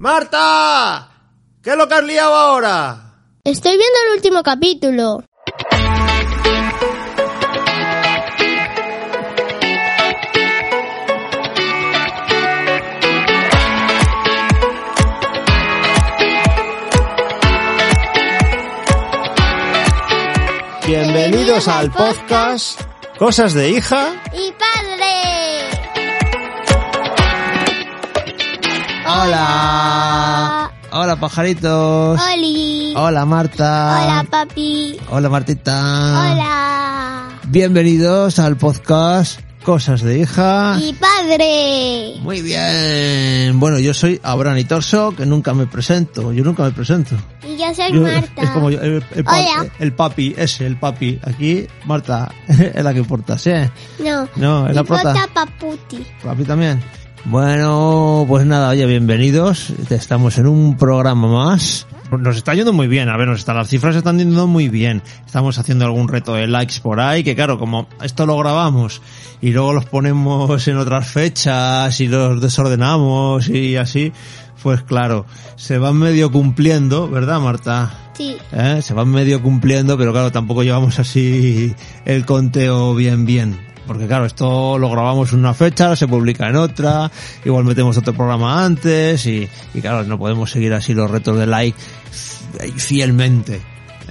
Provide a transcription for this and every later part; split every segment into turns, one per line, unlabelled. ¡Marta! ¿Qué es lo que has liado ahora?
Estoy viendo el último capítulo.
Bienvenidos al podcast Cosas de hija.
¡Y padre!
Hola. Hola pajaritos.
Ah, ¡Oli!
Hola Marta.
Hola, papi!
Hola, Martita.
¡Hola!
Bienvenidos al podcast Cosas de hija.
¡Y padre!
Muy bien. Bueno, yo soy Abrani Torso, que nunca me presento. Yo nunca me presento.
Y yo soy
Yo-
Marta.
Es como yo, el, el pa-
Hola.
el papi, ese, el papi. Aquí, Marta, es la que importa, ¿sí?
No.
No, es
Y
la prota.
Bota Paputi.
Papi también. Bueno, pues nada, oye, bienvenidos. Estamos en un programa más. Nos está yendo muy bien, a ver, nos está, las cifras están yendo muy bien. Estamos haciendo algún reto de likes por ahí, que claro, como esto lo grabamos y luego los ponemos en otras fechas y los desordenamos y así, pues claro, se van medio cumpliendo, ¿verdad, Marta?
Sí.
¿eh? se van medio cumpliendo, pero claro, tampoco llevamos así el conteo bien bien. Porque claro, esto lo grabamos en una fecha, se publica en otra, igual metemos otro programa antes y, y claro, no podemos seguir así los retos de like f- fielmente.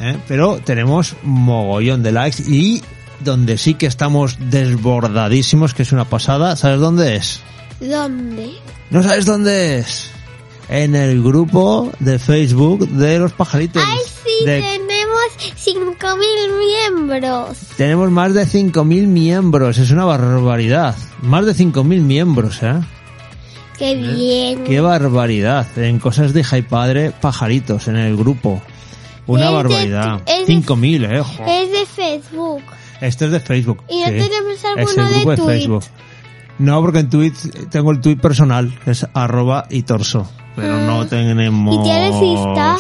¿eh? Pero tenemos mogollón de likes y donde sí que estamos desbordadísimos, que es una pasada, ¿sabes dónde es?
¿Dónde?
¿No sabes dónde es? En el grupo de Facebook de los pajaritos.
¡Ay, sí!
de
Tenemos 5.000 miembros.
Tenemos más de 5.000 miembros, es una barbaridad. Más de 5.000 miembros, ¿eh?
¡Qué bien!
Qué barbaridad. En cosas de hija y padre, pajaritos en el grupo. Una
Es de-
barbaridad.
es de-
5.000, ¿eh? Jo.
Es de Facebook.
Este es de Facebook.
¿Y no
sí.
tenemos alguno
es el
de
grupo de,
Tweet?
Facebook. No, porque en Tweet tengo el tweet personal, que es arroba y torso. Pero
Ah.
no tenemos...
¿Y tienes Insta?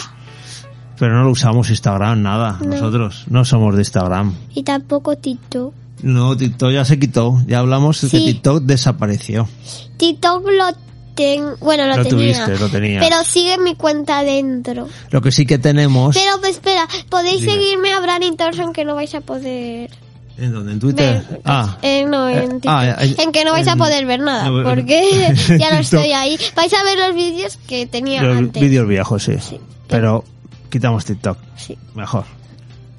Pero no lo usamos Instagram, nada.
No.
Nosotros no somos de Instagram.
Y tampoco TikTok.
No, TikTok ya se quitó. Ya hablamos de
Sí.
que TikTok desapareció.
TikTok lo ten... Bueno, lo
Lo
tenía.
tuviste, lo tenías.
Pero sigue mi cuenta dentro.
Lo que sí que tenemos...
Pero pues, espera, podéis
Dime.
seguirme a Bran y Thorson que no vais a poder
¿En dónde? ¿En Twitter?
ver.
ah.
Eh, no,
Eh,
en, TikTok.
ah, eh,
en que no vais a
en-
poder ver nada,
no, eh,
porque
en
ya no estoy
TikTok.
ahí. Vais a ver los vídeos que tenía
Los
antes.
vídeos viejos, sí.
Sí.
Pero quitamos TikTok.
Sí.
Mejor.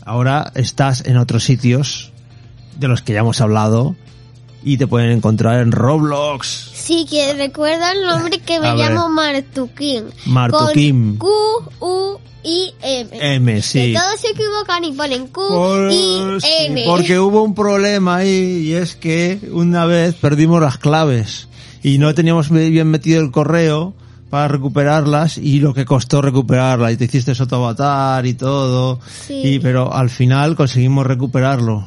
Ahora estás en otros sitios de los que ya hemos hablado y te pueden encontrar en Roblox.
Sí, que recuerda el nombre que me
A ver.
llamo Martuquín.
Martuquín.
Con Q, U, I, M.
M, sí.
Que todos se equivocan y ponen Q,
Por-
I,
sí,
N.
porque hubo un problema ahí y es que una vez perdimos las claves y no teníamos bien metido el correo para recuperarlas y lo que costó recuperarla y te hiciste sotoavatar y todo
Sí.
y pero al final conseguimos recuperarlo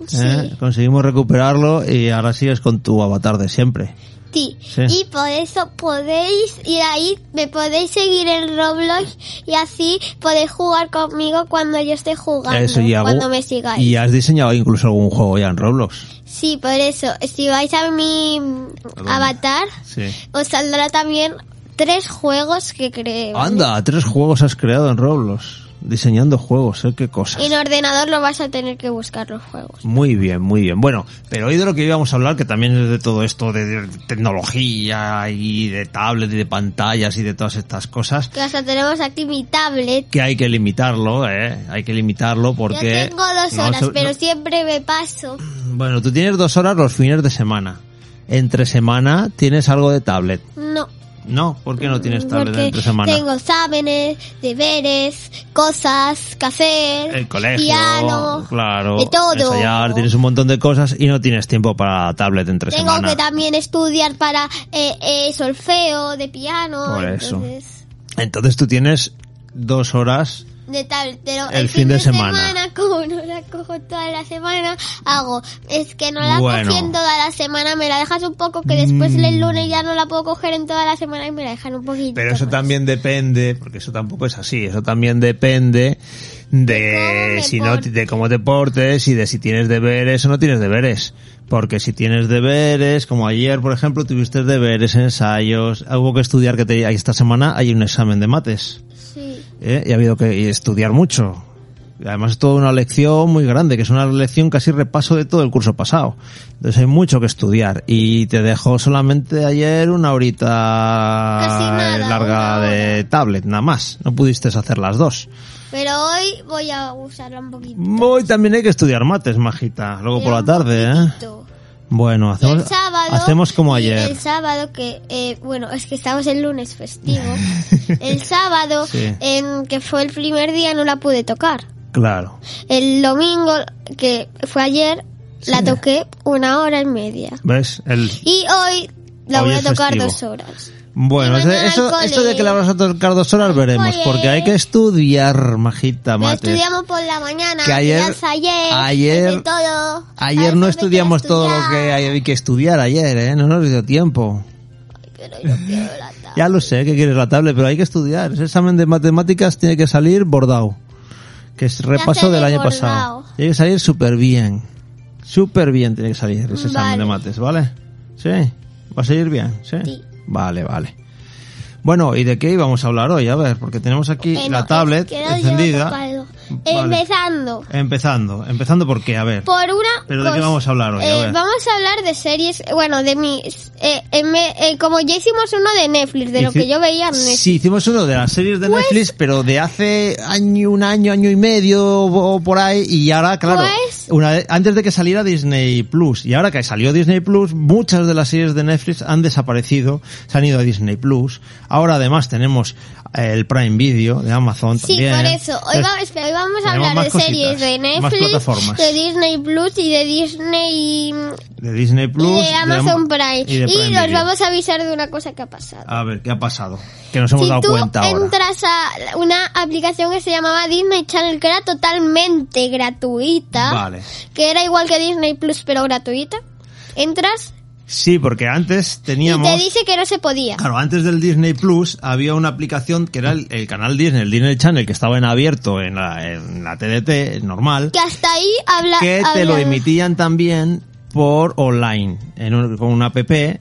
¿eh?
Sí.
conseguimos recuperarlo y ahora sigues con tu avatar de siempre
Sí.
Sí.
Y por eso podéis ir ahí, me podéis seguir en Roblox y así podéis jugar conmigo cuando yo esté jugando.
Eso y hago-
cuando me sigáis.
y has diseñado incluso algún juego ya en Roblox
Sí, por eso. Si vais a mi avatar,
sí
os saldrá también tres juegos que creo.
anda tres juegos has creado en Roblox diseñando juegos ¿eh? qué cosas
En ordenador lo vas a tener que buscar los juegos.
Muy bien, muy bien. Bueno, pero hoy de lo que íbamos a hablar, que también es de todo esto de, de tecnología y de tablets y de pantallas y de todas estas cosas,
Que hasta tenemos aquí mi tablet.
que hay que limitarlo, ¿eh? Hay que limitarlo
Yo
porque...
tengo dos
no
horas,
se-
pero
no-
siempre me paso.
Bueno, tú tienes dos horas los fines de semana. Entre semana tienes algo de tablet.
No.
No, ¿por qué no tienes tablet
Porque
entre semana?
tengo exámenes, deberes, cosas, café,
el colegio,
piano,
claro,
de todo.
ensayar, tienes un montón de cosas y no tienes tiempo para tablet entre
tengo
semana.
que también estudiar para eh, eh, solfeo de piano.
Por eso.
entonces,
Entonces tú tienes dos horas
de tablet, pero
El fin de semana.
como no la cojo toda la semana, hago, es que no la
Bueno.
cogí en toda la semana, me la dejas un poco, que después
Mm.
el lunes ya no la puedo coger en toda la semana y me la dejan un poquito.
Pero eso
más.
también depende, porque eso tampoco es así, eso también depende
¿Cómo
de
me
si no
porto?
de cómo te portes y de si tienes deberes o no tienes deberes. Porque si tienes deberes, como ayer, por ejemplo, tuviste deberes, ensayos, hubo que estudiar que te, esta semana hay un examen de mates.
Sí.
¿eh? y ha habido que estudiar mucho. Y Además es toda una lección muy grande, que es una lección casi repaso de todo el curso pasado. Entonces hay mucho que estudiar y te dejó solamente ayer una horita
Casi nada,
larga
una hora.
de tablet, nada más. No pudiste hacer las dos.
Pero hoy voy a usarla un poquito.
Hoy también hay que estudiar mates, majita. Luego por la
Un
tarde, ¿eh?
poquito.
Bueno,
Y
hacemos,
el sábado,
hacemos como
y
ayer.
El sábado que, eh, bueno, es que estamos el lunes festivo. el sábado,
Sí.
em, que fue el primer día, no la pude tocar.
Claro.
El domingo, que fue ayer, la
Sí.
toqué una hora y media.
¿Ves? El,
Y hoy la
Hoy
voy a
es
tocar
festivo.
dos horas.
Bueno,
Y
eso,
mañana
eso-
al
esto de
cole.
que la vas a tocar dos horas veremos,
cole.
porque hay que estudiar, majita,
Lo
mate.
estudiamos por la mañana,
Que ayer-
y hasta ayer,
ayer-
hice todo.
Ayer no
me
estudiamos
quiero
todo lo que
estudiar,
hay que estudiar ayer, ¿eh? No nos dio tiempo.
Pero yo quiero la tabla.
Ya lo sé que quieres la tablet, pero hay que estudiar. Ese examen de matemáticas tiene que salir bordado, que es repaso
se
del
ve
año
bordao.
pasado. Tiene que salir súper bien. Súper bien tiene que salir ese examen
Vale.
de mates, ¿vale? ¿Sí? ¿Va a salir bien? ¿Sí?
Sí.
Vale, vale. Bueno, ¿y de qué íbamos a hablar hoy? A ver, porque tenemos aquí
Eh, no,
la
es
tablet
que no llevo
encendida.
tocado.
Vale.
Empezando.
Empezando, empezando por qué, a ver.
Por una.
¿Pero de qué
cosa.
vamos a hablar hoy? A
Eh,
ver.
vamos a hablar de series. Bueno, de mis. eh, eh, me- eh, como ya hicimos uno de Netflix, de lo
Hici-
que yo veía Pues en Netflix.
Sí, hicimos uno de las series de Netflix, pero de hace año, un año, año y medio o por ahí, y ahora, claro,
Pues-
una vez- antes de que saliera Disney Plus, y ahora que salió Disney Plus, muchas de las series de Netflix han desaparecido, se han ido a Disney Plus. Ahora además tenemos eh, el Prime Video de Amazon
Sí,
también.
por eso. Hoy
Entonces,
vamos, pero hoy vamos a
tenemos
hablar
más
de
cositas,
series de
más
Netflix,
plataformas.
de Disney Plus y de Disney.
de Disney
y
Plus,
de Amazon Prime.
Y, de Prime
los
Video.
vamos a avisar de una cosa que ha pasado.
a ver qué ha pasado, que nos hemos
si
dado
tú
cuenta ahora.
entras a una aplicación que se llamaba Disney Channel, que era totalmente gratuita,
Vale.
que era igual que Disney Plus, pero gratuita, entras
Sí, porque antes
y
teníamos
te dice que no se podía.
Claro, antes del Disney Plus había una aplicación que era el, el canal Disney, el Disney Channel, que estaba en abierto en la, en la TDT normal,
Que hasta ahí habla.
que te lo
hablaba.
emitían también por online, en un- con una app eh,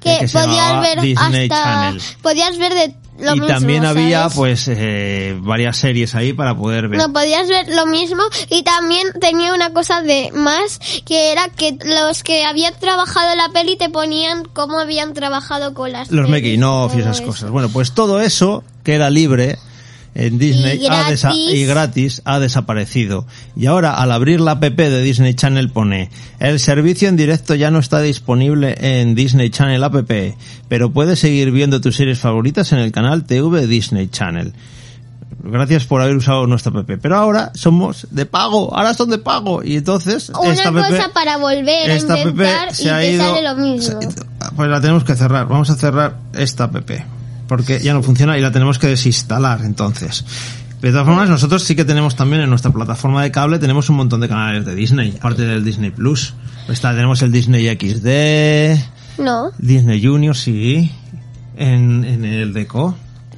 Que,
que se
podías
llamaba
ver
Disney
hasta.
Channel.
Podías ver de lo
Y
mismo.
también había
¿sabes?
pues eh, varias series ahí para poder ver.
No podías ver lo mismo y también tenía una cosa de más que era que los que habían trabajado la peli te ponían cómo habían trabajado con las
Los
pelis
making off y
todo
esas
eso.
cosas. Bueno, pues todo eso que era libre en Disney
Y
ha desa-
gratis.
y gratis ha desaparecido. Y ahora al abrir la app de Disney Channel pone, el servicio en directo ya no está disponible en Disney Channel app, pero puedes seguir viendo tus series favoritas en el canal TV Disney Channel. Gracias por haber usado nuestra app. Pero ahora somos de pago, ahora son de pago. Y entonces
Una
esta app
cosa para volver a
esta app
intentar y
se ha
te
ido-
sale lo mismo.
se- Pues la tenemos que cerrar. Vamos a cerrar esta app. Porque ya no funciona y la tenemos que desinstalar entonces. De todas formas, nosotros sí que tenemos también en nuestra plataforma de cable, tenemos un montón de canales de Disney, aparte del Disney Plus. Está, tenemos el Disney XD,
No,
Disney Junior, sí, en, en el Deco.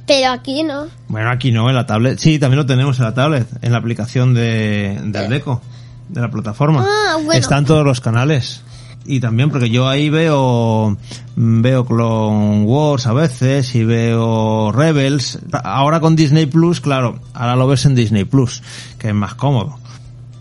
pero aquí no.
Bueno, aquí no, en la tablet. Sí, también lo tenemos en la tablet, en la aplicación de, del Deco, de la plataforma.
Ah, bueno.
Están todos los canales. Y también porque yo ahí veo mm, veo Clone Wars a veces y veo Rebels. Ahora con Disney Plus, claro, ahora lo ves en Disney Plus, que es más cómodo.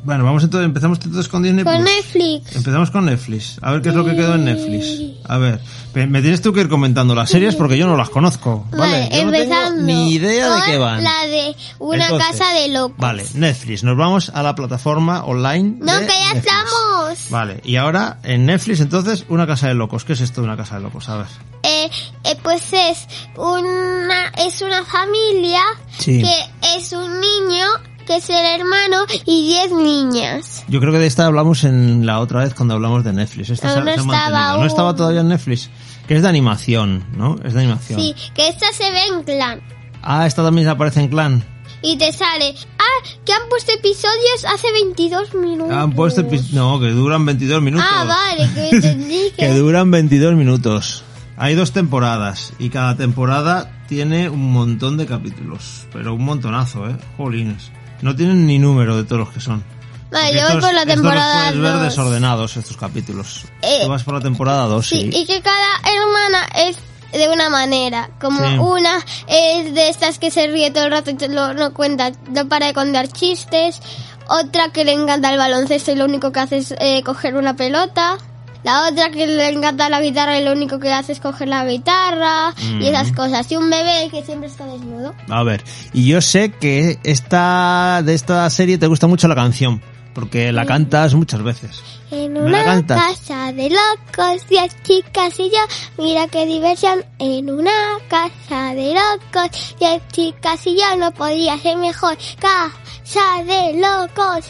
Bueno, vamos entonces, empezamos entonces con Disney
Con
Plus.
Netflix.
Empezamos con Netflix. A ver qué es lo que quedó en Netflix. A ver, me me tienes tú que ir comentando las series porque yo no las conozco.
Vale,
Vale, yo no tengo
empezando.
ni idea de
con
qué van.
La de una
Entonces,
casa de locos.
Vale, Netflix. Nos vamos a la plataforma online.
No,
de
que ya
Netflix.
estamos.
Vale, y ahora en Netflix entonces una casa de locos. ¿Qué es esto de una casa de locos? A ver.
Eh, eh, pues es una es una familia
Sí.
que es un niño que es el hermano y 10 niñas.
Yo creo que de esta hablamos en la otra vez cuando hablamos de Netflix. Esta se ha-
Aún no
se ha
estaba
mantenido. No
aún.
estaba todavía en Netflix. Que es de animación, ¿no? Es de animación.
Sí, que esta se ve en clan
Ah, esta también aparece en Clan.
y te sale, ah, que han puesto episodios hace 22 minutos.
Ah, Han puesto... epi- No, que duran 22 minutos.
Ah, vale, que entendí que,
que duran 22 minutos. Hay dos temporadas y cada temporada tiene un montón de capítulos, pero un montonazo, ¿eh? Jolines. No tienen ni número de todos los que son.
Vale,
Porque
yo voy
estos-
por la
estos
temporada
los puedes ver
dos.
desordenados estos capítulos.
Eh,
Tú vas por la temporada 2
Sí, y que cada hermana es de una manera, como
Sí.
una es de estas que se ríe todo el rato y te lo- no cuenta, no para de contar chistes, otra que le encanta el baloncesto y lo único que hace es eh, coger una pelota, la otra que le encanta la guitarra y lo único que hace es coger la guitarra y esas
Ujú.
cosas, y un bebé que siempre está desnudo.
A ver, y yo sé que esta de esta serie te gusta mucho la canción, porque la cantas muchas veces.
En
¿Me la
una
cantas?
casa de locos, diez chicas y yo, mira qué diversión. En una casa de locos, diez chicas y yo, no podía ser mejor. Casa de locos.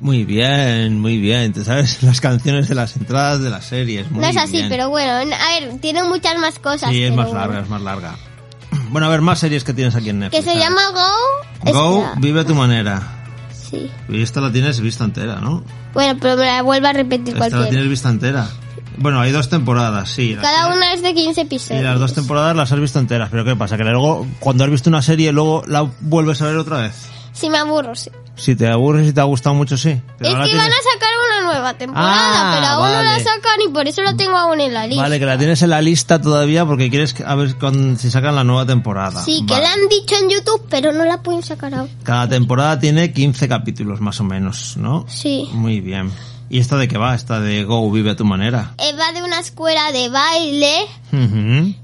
Muy bien, muy bien. Te sabes las canciones de las entradas de las series. Muy
no es así,
bien.
pero bueno, en- a ver, tiene muchas más cosas.
Sí, es
pero
más
bueno.
larga, es más larga. Bueno, a ver, más series que tienes aquí en
Que
Netflix.
se
a ver.
llama Go.
Go,
Espera,
vive a tu manera.
Sí.
Y esta la tienes vista entera, ¿no?
Bueno, pero me la vuelvo a repetir
Esta la
cualquiera.
tienes vista entera. Bueno, hay dos temporadas, sí. las
Cada
tienes-
una es de 15
Y
episodios.
las dos temporadas las has visto enteras, pero ¿qué pasa? Que luego, cuando has visto una serie, luego la vuelves a ver otra vez.
Si me aburro, sí.
Si te aburres y te ha gustado mucho, sí. Pero
es
ahora
que
tienes-
van a sacar una nueva temporada,
Ah,
pero aún no la
vale.
sacan y por eso lo tengo aún en la lista.
Vale, que la tienes en la lista todavía porque quieres que- a ver cuán- si sacan la nueva temporada.
Sí, que
Vale.
la han dicho en YouTube, pero no la pueden sacar aún.
Cada temporada tiene 15 capítulos más o menos, ¿no?
Sí.
Muy bien. ¿Y esta de qué va? Esta de Go, vive a tu manera.
Eh, va de una escuela de baile
Ujú.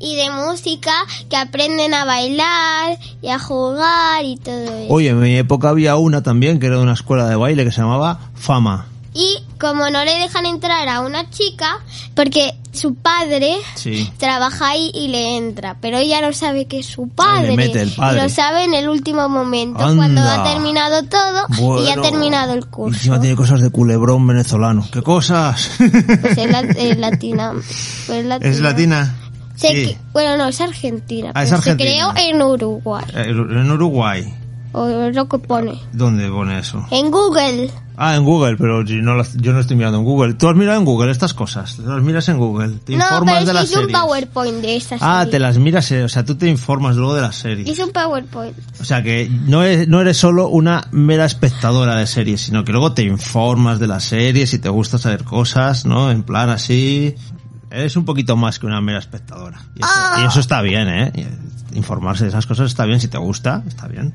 y de música que aprenden a bailar y a jugar y todo eso.
Oye, en mi época había una también que era de una escuela de baile que se llamaba Fama.
Y como no le dejan entrar a una chica, porque su padre
Sí.
trabaja ahí y le entra, pero ella no sabe que es su padre.
Le mete el padre.
Lo sabe en el último momento, cuando
Anda.
ha terminado todo y ya ha
Bueno.
terminado el
Y
curso.
encima tiene cosas de culebrón venezolano. ¿Qué cosas?
Pues es, la- es latina. pues es
¿Es latina?
Se
Sí.
que- bueno, no, es Argentina.
Ah, es
pero
Argentina.
Se creó en Uruguay.
Eh, En Uruguay.
O es lo que pone.
¿Dónde pone eso?
En Google.
Ah, en Google, pero si no las- yo no estoy mirando en Google. Tú has mirado en Google estas cosas. Las miras en Google. Te
No,
informas
pero
de
es que
las
hice un
series.
PowerPoint de esas.
Ah,
series.
te las miras, eh, o sea, tú te informas luego de las series.
Hice un PowerPoint.
O sea, que no eres, no eres solo una mera espectadora de series, sino que luego te informas de las series y te gusta saber cosas, ¿no? En plan así. Eres un poquito más que una mera espectadora. Y eso, y eso está bien, ¿eh? Y Informarse de esas cosas está bien, si te gusta, está bien.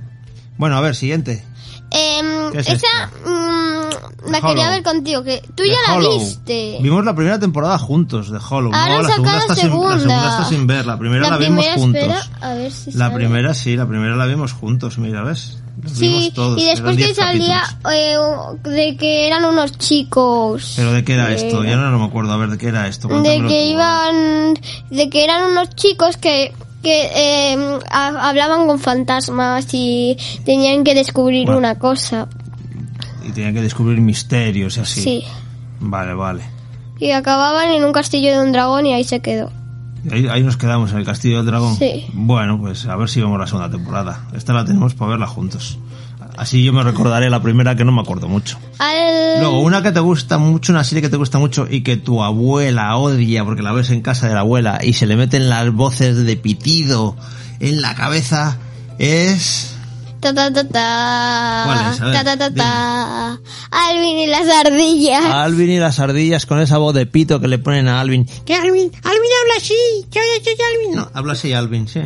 Bueno, a ver, siguiente.
Em,
¿Qué es
esa
esto?
mm, la
The
quería
Hollow.
ver contigo, que tú
The
ya la
Hollow.
viste.
Vimos la primera temporada juntos de Hollow.
Ahora
no,
han
la segunda,
sacado
está sin, la segunda
segunda.
está sin ver. La primera la,
primera,
vimos juntos.
espera, a ver si
La
sale.
primera sí, la primera la vimos juntos, mira, ¿ves? La
Sí,
vimos todos,
y después
eran
que
10
salía
capítulos.
eh, de que eran unos chicos.
¿Pero de qué era esto? Ya no, no me acuerdo, a ver, ¿de qué era esto?
de
Cuéntamelo
que
tú.
iban de que eran unos chicos que que eh, ha- hablaban con fantasmas y tenían que descubrir
Bueno.
una cosa
Y tenían que descubrir misterios y así.
sí.
Vale, vale.
y acababan en un castillo de un dragón y ahí se quedó
Ahí, ahí nos quedamos, en el Castillo del Dragón.
Sí.
Bueno, pues a ver si vemos la segunda temporada. Esta la tenemos para verla juntos. Así yo me recordaré la primera que no me acuerdo mucho.
Al-
Luego, una que te gusta mucho, una serie que te gusta mucho y que tu abuela odia porque la ves en casa de la abuela y se le meten las voces de pitido en la cabeza es...
ta ta ta ta
¿Cuál es? A ver,
ta ta ta ta Alvin y las ardillas
Alvin y las ardillas con esa voz de pito que le ponen a Alvin. Que Alvin, Alvin habla así, que oye, que- que Alvin. No, habla así Alvin, sí.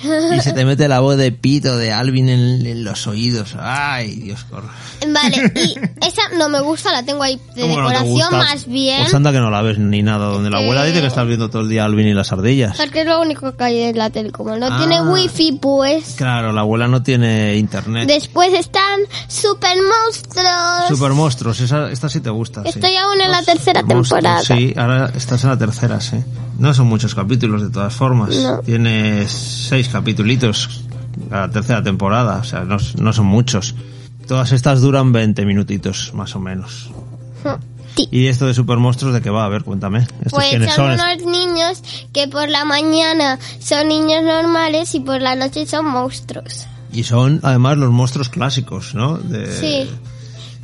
Y se te mete la voz de pito de Alvin en, en los oídos. Ay, Dios corra.
vale y esa no me gusta la tengo ahí de
¿Cómo no te
decoración
gusta?
más bien
Pues anda que no la ves ni nada, donde la abuela
Eh.
dice que estás viendo todo el día Alvin y las ardillas.
porque es lo único que hay en la tele como no
Ah.
tiene wifi pues
Claro, la abuela no tiene internet.
Después están Super Monstruos.
Super monstruos, esa, esta sí te gusta. sí.
Estoy aún en la
Los
tercera
monstruos,
temporada.
Sí, ahora estás en la tercera, sí. No son muchos capítulos de todas formas.
No.
Tienes seis capítulos la tercera temporada, o sea, no, no son muchos. Todas estas duran 20 minutitos, más o menos.
Sí.
¿Y esto de super monstruos de qué va? A ver, cuéntame. ¿Estos
Pues son,
quiénes son?
unos niños que por la mañana son niños normales y por la noche son monstruos.
Y son además los monstruos clásicos, ¿no? De
Sí.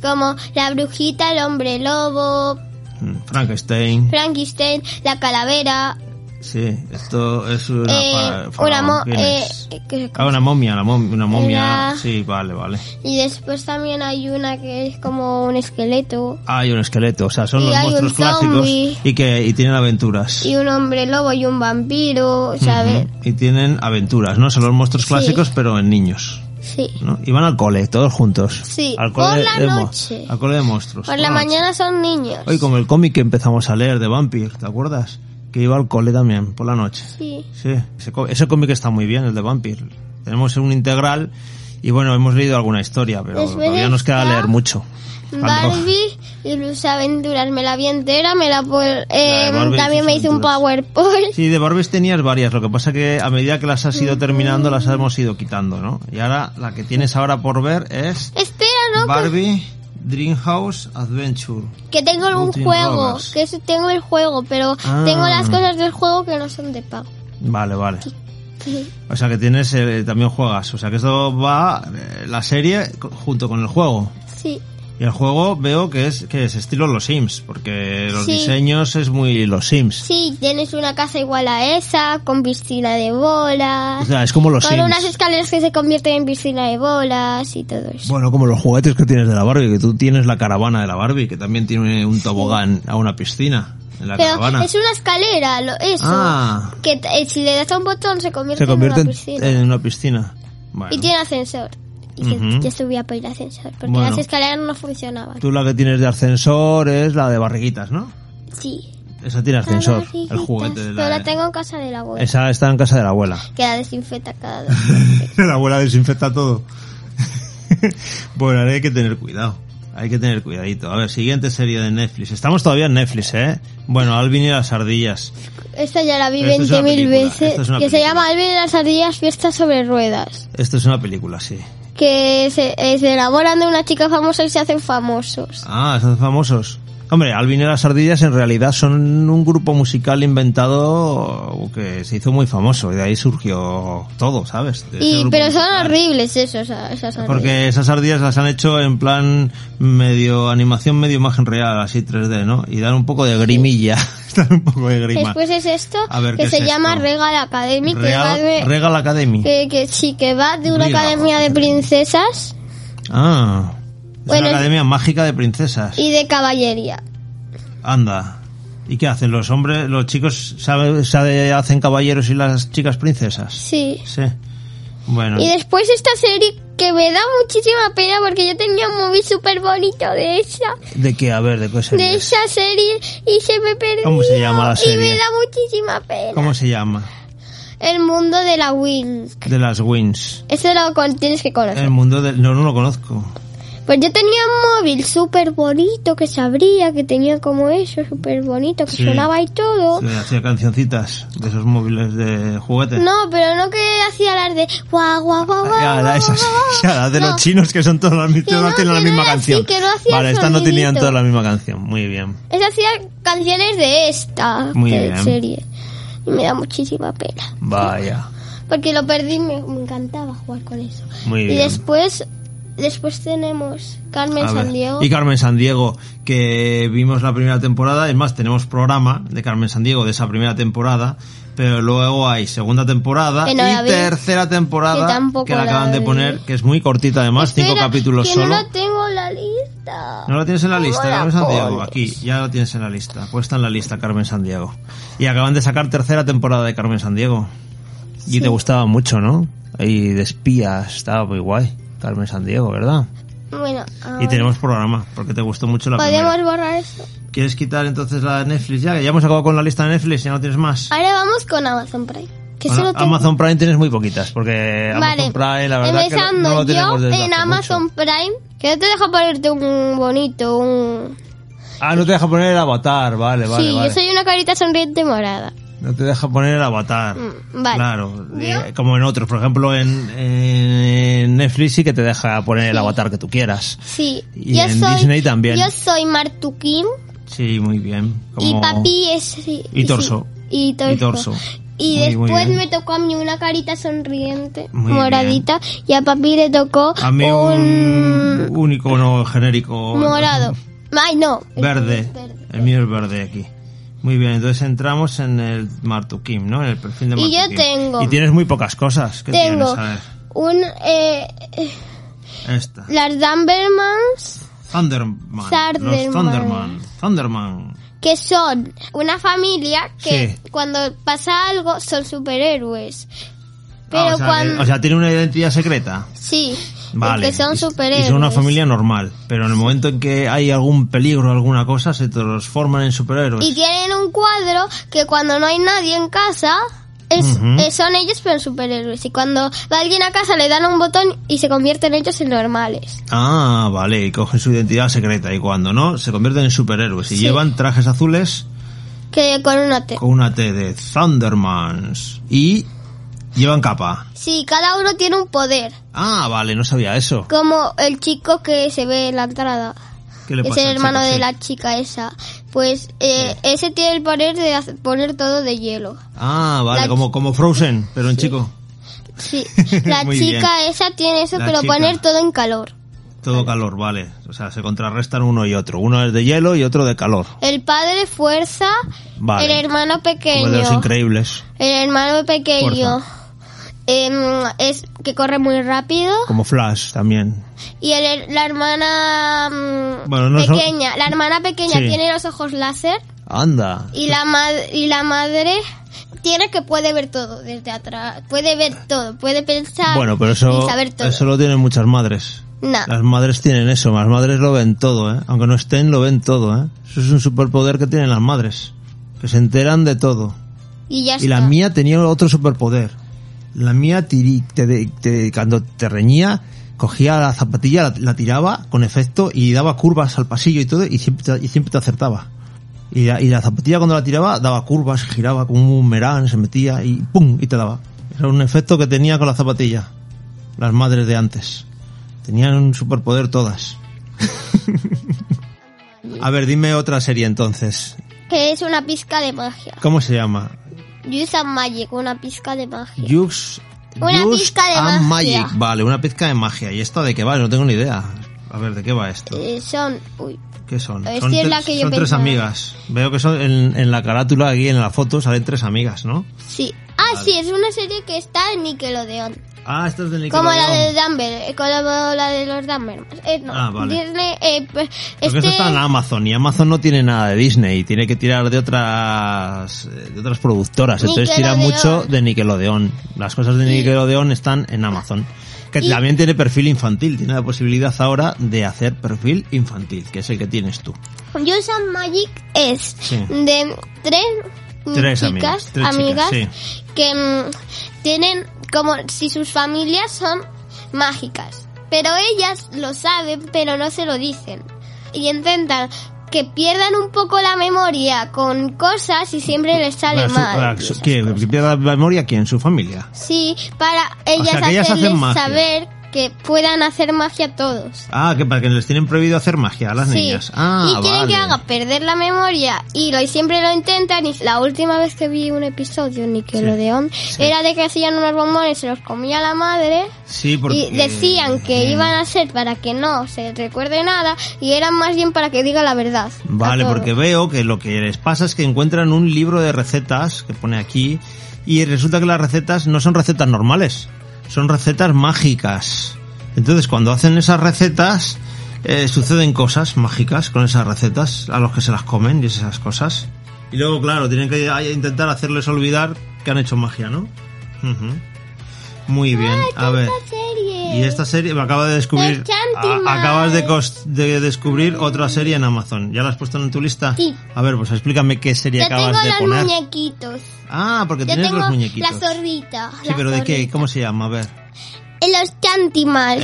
Como la brujita, el hombre lobo,
mm, Frankenstein.
Frankenstein, la calavera.
Sí, esto es una,
Eh,
para- para
una, mo-
vampiros.
eh, que-
Ah, una momia, la mom- una momia.
Era-
Sí, vale, vale.
Y después también hay una que es como un esqueleto
Hay un esqueleto, o sea, son
Y
los
hay un
monstruos clásicos
zombie.
y que y tienen aventuras.
y un hombre lobo y un vampiro, ¿sabes?
Ujú, y tienen aventuras, ¿no? Son los monstruos
Sí.
clásicos, pero en niños.
Sí.
¿no? Y van al cole, todos juntos.
Sí,
al cole
por
de-
la
de mo-
noche.
Al cole de monstruos.
Por la
noche.
mañana son niños.
Oye, como el cómic que empezamos a leer de Vampir, ¿te acuerdas? Que iba al cole también, por la noche.
Sí.
Sí, ese, có- ese cómic está muy bien, el de Vampir. Tenemos un integral y bueno, hemos leído alguna historia, pero
Después
todavía nos queda
está
leer mucho. Cuando-
Barbie y Luz Aventuras, me la vi entera, me la pu- eh,
Barbie y
también
sus
me hice un
aventuras.
PowerPoint.
Sí, de Barbies tenías varias, lo que pasa que a medida que las has ido terminando las hemos ido quitando, ¿no? Y ahora la que tienes ahora por ver es
Espera, ¿no? pues-
Barbie Dreamhouse Adventure.
Que tengo un
Mountain
juego,
Robbers.
que es- tengo el juego, pero
Ah.
tengo las cosas del juego que no son de pago.
Vale, vale. O sea que tienes, eh, también juegas, o sea que esto va eh, la serie co- junto con el juego.
Sí.
Y el juego veo que es que es estilo Los Sims, porque los
Sí.
diseños es muy Los Sims.
Sí, tienes una casa igual a esa, con piscina de
O
bolas,
sea, es como Los
con
Sims.
unas escaleras que se convierten en piscina de bolas y todo eso.
Bueno, como los juguetes que tienes de la Barbie, que tú tienes la caravana de la Barbie, que también tiene un tobogán a una piscina en Ah, la
Pero
caravana.
es una escalera, lo, eso.
Ah,
Que t- eh, si le das a un botón se convierte,
se convierte
en
en eh,
una piscina.
en una piscina. Bueno,
Y tiene ascensor. Y
Ujú.
que ya subía para ir ascensor, porque
Bueno.
las escaleras no funcionaban.
tú la que tienes de ascensor es la de barriguitas, ¿no?
Sí.
Esa tiene ascensor, el
Tararijitas,
juguete de
Pero
la...
la tengo en casa de la abuela,
Esa está en casa de la abuela.
que la desinfecta cada dos.
la abuela desinfecta todo. bueno, ahora hay que tener cuidado. Hay que tener cuidadito. A ver, siguiente serie de Netflix. Estamos todavía en Netflix, ¿eh? Bueno, Alvin y las ardillas.
Esta ya la vi
Pero esto es
20.000
una película,
veces.
esto es una
que se
película.
llama Alvin y las ardillas fiesta sobre ruedas.
Esto es una película, sí.
Que se, eh, se enamoran de una chica famosa y se hacen famosos.
Ah, son famosos. Hombre, Alvin y las ardillas en realidad son un grupo musical inventado que se hizo muy famoso y de ahí surgió todo, ¿sabes? De ese
Y,
grupo
pero son
musical.
horribles esos, esas ardillas.
Porque esas ardillas las han hecho en plan medio animación, medio imagen real, así 3D, ¿no? Y dan un poco de grimilla. dan un poco de grima.
Después es esto,
A ver,
que
¿qué
se
es
llama
esto?
Regal Academy, que va
Real,
de-
Regal Academy.
que, que sí, que va de una
Regal
academia de princesas
Ah. Es
Bueno,
una academia mágica de princesas.
y de caballería.
Anda. ¿Y qué hacen? ¿Los hombres, los chicos sabe- sabe- hacen caballeros y las chicas princesas?
Sí.
Sí. Bueno.
Y después esta serie que me da muchísima pena porque yo tenía un móvil súper bonito de esa,
¿De qué? A ver, ¿de qué serie
de
es?
esa serie y se me perdió.
¿Cómo se llama la
Y
serie?
me da muchísima pena.
¿Cómo se llama?
El mundo de la Wilk.
De las Wins.
Eso lo con- tienes que conocer.
El mundo del... No, no lo conozco.
Pues yo tenía un móvil súper bonito que se abría, que tenía como eso, súper bonito, que
Sí.
sonaba y todo.
Sí, hacía cancioncitas de esos móviles de juguete.
No, pero no que hacía las de guau, guau, guau, guau.
Ah, Ya, la-
guau,
esas-
guau,
ya, la de
No.
los chinos que son todas las mi-
Que
todas
no,
tienen
que
la
no
misma
era así,
canción.
que no hacía
vale, estas no
sonidito.
tenían todas la misma canción. Muy bien.
Es hacía canciones de esta
Muy
de
bien.
serie. Y me da muchísima pena.
Vaya.
Porque lo perdí, me, me encantaba jugar con eso.
Muy
y
bien.
después después tenemos Carmen
A ver,
San Diego.
Y Carmen San Diego, que vimos la primera temporada, es más, tenemos programa de Carmen San Diego de esa primera temporada, pero luego hay segunda temporada
Que no la
y
vi.
tercera
Que
temporada
tampoco
que la
la
acaban de
vi.
poner, que es muy cortita además, cinco
Espera,
capítulos
que
solo.
no lo tengo en la lista.
No la tienes en la
¿Cómo
lista,
la
Carmen Sandiego.
pones?
Aquí, ya la tienes en la lista. Puesta en la lista, Carmen Sandiego. Y acaban de sacar tercera temporada de Carmen Sandiego. Y te gustaba mucho, ¿no? Y de espías, estaba muy guay. Carmen Sandiego, ¿verdad?
Bueno,
Y
ahora
tenemos programa, porque te gustó mucho la
podemos
primera.
borrar eso.
¿Quieres quitar entonces la de Netflix ya? Que ya hemos acabado con la lista de Netflix, ya no tienes más.
Ahora vamos con Amazon Prime. Ah, Que
Bueno,
solo tengo-
Amazon Prime tienes muy poquitas, porque Amazon Prime, la verdad que no-
empezando
no lo tenemos
yo
desde
en
hace
Amazon
mucho.
Prime, que no te deja ponerte un bonito, un...
Ah, no te deja poner el avatar, vale, vale.
sí,
vale.
yo soy una carita sonriente morada.
No te deja poner el avatar.
Mm, vale.
Claro, eh, como en otros. Por ejemplo, en, en Netflix sí que te deja poner el avatar que tú quieras.
Sí,
Y
yo
en
soy,
Disney también.
Yo soy Martuquín
Sí, muy bien. Como-
y papi es... Y,
torso.
Y torso.
Y torso.
Y
Muy, muy
después
bien.
me tocó a mí una carita sonriente,
Muy
moradita, y a papi le tocó
A mí un, un icono genérico.
morado. Ay, no.
Verde.
Verde.
El mío es verde aquí. Muy bien, entonces entramos en el Martukim, ¿no? En el perfil de
Y yo
Martukim.
tengo-
Y tienes muy pocas cosas. ¿Qué
Tengo
tienes? A ver,
un eh,
esta.
las Dumbermans
Thunderman.
Thunderman.
Los Thunderman. Thunderman.
que son una familia que
Sí.
cuando pasa algo son superhéroes. Pero
Ah, o, sea,
cuando
eh, o sea, tiene una identidad secreta.
sí,
Vale.
que son
Y-
superhéroes.
Y son una familia normal. Pero en el momento en que hay algún peligro o alguna cosa, se transforman en superhéroes.
Y tienen un cuadro que cuando no hay nadie en casa es,
Ujú.
eh, son ellos pero superhéroes. Y cuando va alguien a casa le dan un botón y se convierten ellos en normales.
Ah, vale. Y cogen su identidad secreta. Y cuando no, se convierten en superhéroes. Y
Sí.
llevan trajes azules
Que con una T.
con una T de Thundermans. Y llevan capa.
Sí, cada uno tiene un poder.
Ah, vale, no sabía eso.
Como el chico que se ve en la entrada.
¿Qué le
es
pasa
el
al
hermano
chico?
de
Sí.
la chica esa. Pues eh, ese tiene el poder de hacer- poner todo de hielo.
Ah, vale,
la
como, como Frozen, pero en chico.
Sí. La
Muy
chica esa tiene eso,
La
pero
chica.
poner todo en calor.
Todo calor, vale. O sea, se contrarrestan uno y otro. Uno es de hielo y otro de calor.
El padre fuerza,
Vale.
el hermano
Como
pequeño.
el de los increíbles.
El hermano pequeño em, es que corre muy rápido
Como Flash también.
y el- la hermana mm,
Bueno, no son-
pequeña, la hermana pequeña
Sí.
tiene los ojos láser
Anda.
y la ma- y la madre tiene que puede ver todo desde atrás, puede ver todo, puede pensar
Bueno, pero eso,
y saber todo. Ah.
eso lo tienen muchas madres.
No.
Las madres tienen eso, las madres lo ven todo, ¿eh? Aunque no estén, lo ven todo, ¿eh? Eso es un superpoder que tienen las madres. Que se enteran de todo.
Y ya
Y la
está.
mía tenía otro superpoder. La mía, tiri- te de- te- cuando te reñía, cogía la zapatilla, la, la tiraba con efecto y daba curvas al pasillo y todo, y siempre, te- y siempre te acertaba. Y la, y la zapatilla cuando la tiraba daba curvas, giraba como un merán, se metía y ¡pum! y te daba. Era un efecto que tenía con la zapatilla. Las madres de antes. Tenían un superpoder todas. A ver, dime otra serie entonces.
que es una pizca de magia.
¿Cómo se llama?
Use and Magic, una pizca de magia.
Jux.
Una
Jux
pizca de
and
magia.
Magic. Vale, una pizca de magia. ¿Y esta de qué vale? No tengo ni idea. A ver, ¿de qué va esto?
Eh, son uy,
¿Qué son?
esta
son
es
tres-
la que yo
son tres
pensaba.
amigas. Veo que son en, en la carátula, aquí en la foto, salen tres amigas, ¿no?
sí. Ah, sí, es una serie que está en Nickelodeon.
Ah, esta es de
Como la de
Nickelodeon.
Dumber, eh, como la de los Dumber. Eh, no,
Ah, vale.
Disney, eh, pues,
Porque esto
este,
está en Amazon y Amazon no tiene nada de Disney, tiene que tirar de otras eh, de otras productoras, entonces tira
Nickelodeon.
mucho de Nickelodeon. Las cosas de Nickelodeon están en Amazon, que
Y-
también tiene perfil infantil, tiene la posibilidad ahora de hacer perfil infantil, que es el que tienes tú.
Use and Magic es
Sí.
de tres, mm,
Tres amigas,
chicas,
tres
amigas,
chicas,
que mm, tienen como si sus familias son mágicas. Pero ellas lo saben, pero no se lo dicen. Y intentan que pierdan un poco la memoria con cosas y siempre les sale
La su-
mal.
la
y
su-
esas
¿quién? ¿Que pierda la memoria quién? Su familia.
Sí, para ellas
sea, que ellas hacen
hacerles
magia.
saber que puedan hacer magia todos.
Ah, que para que les tienen prohibido hacer magia a las
sí.
niñas. Ah,
y quieren
vale.
que haga perder la memoria y lo y siempre lo intentan y la última vez que vi un episodio en Nickelodeon era de que hacían unos bombones se los comía la madre
Sí, porque
y decían que iban a ser para que no se recuerde nada y eran más bien para que diga la verdad. a
Vale,
todo.
porque veo que lo que les pasa es que encuentran un libro de recetas que pone aquí y resulta que las recetas no son recetas normales, son recetas mágicas. Entonces, cuando hacen esas recetas, eh, suceden cosas mágicas con esas recetas a los que se las comen y esas cosas. Y luego, claro, tienen que ay, intentar hacerles olvidar que han hecho magia, ¿no? Ujú. Muy bien, a ver.
Serie.
Y esta serie me acaba de descubrir.
Enchantimals.
a- acabas de, cos- de descubrir otra serie en Amazon. ¿Ya la has puesto en tu lista?
Sí.
A ver, pues explícame qué serie
Yo tengo
acabas de
los
poner.
muñequitos.
Ah, porque
Yo
tienes
tengo
los muñequitos.
la zorrita.
sí,
la
pero ¿de qué?
zorrita.
¿Cómo se llama? A ver.
Eh, Los Chantimals.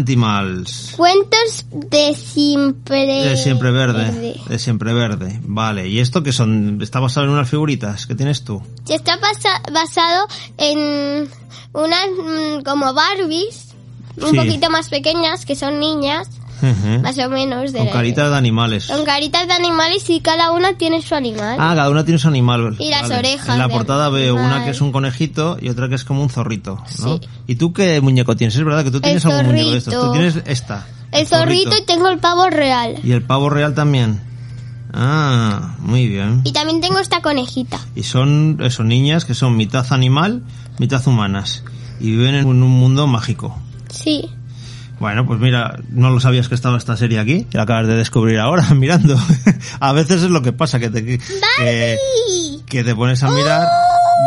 Enchantimals.
Cuentos de siempre.
De siempre verde. De siempre verde. Vale. ¿Y esto que son? Está basado en unas figuritas que tienes tú.
Está basa- basado en unas mm, como Barbies, un
Sí.
poquito más pequeñas, que son niñas,
Ujú.
más o menos. De
Con caritas de animales.
Con caritas de animales y cada una tiene su animal.
Ah, cada una tiene su animal.
Y las orejas
En la
de
portada veo
animal.
una que es un conejito y otra que es como un zorrito, ¿no?
Sí.
¿Y tú qué muñeco tienes? Es verdad que tú tienes algún muñeco de estos. Tú
zorrito.
tienes esta.
el zorrito y tengo el pavo real.
Y el pavo real también. Ah, muy bien.
Y también tengo esta conejita.
Y son, son niñas que son mitad animal, mitad humanas. Y viven en un mundo mágico.
Sí.
Bueno, pues mira, no lo sabías que estaba esta serie aquí. La acabas de descubrir ahora mirando. a veces es lo que pasa, que te, que, eh,
¡Barbie!
que te pones a mirar.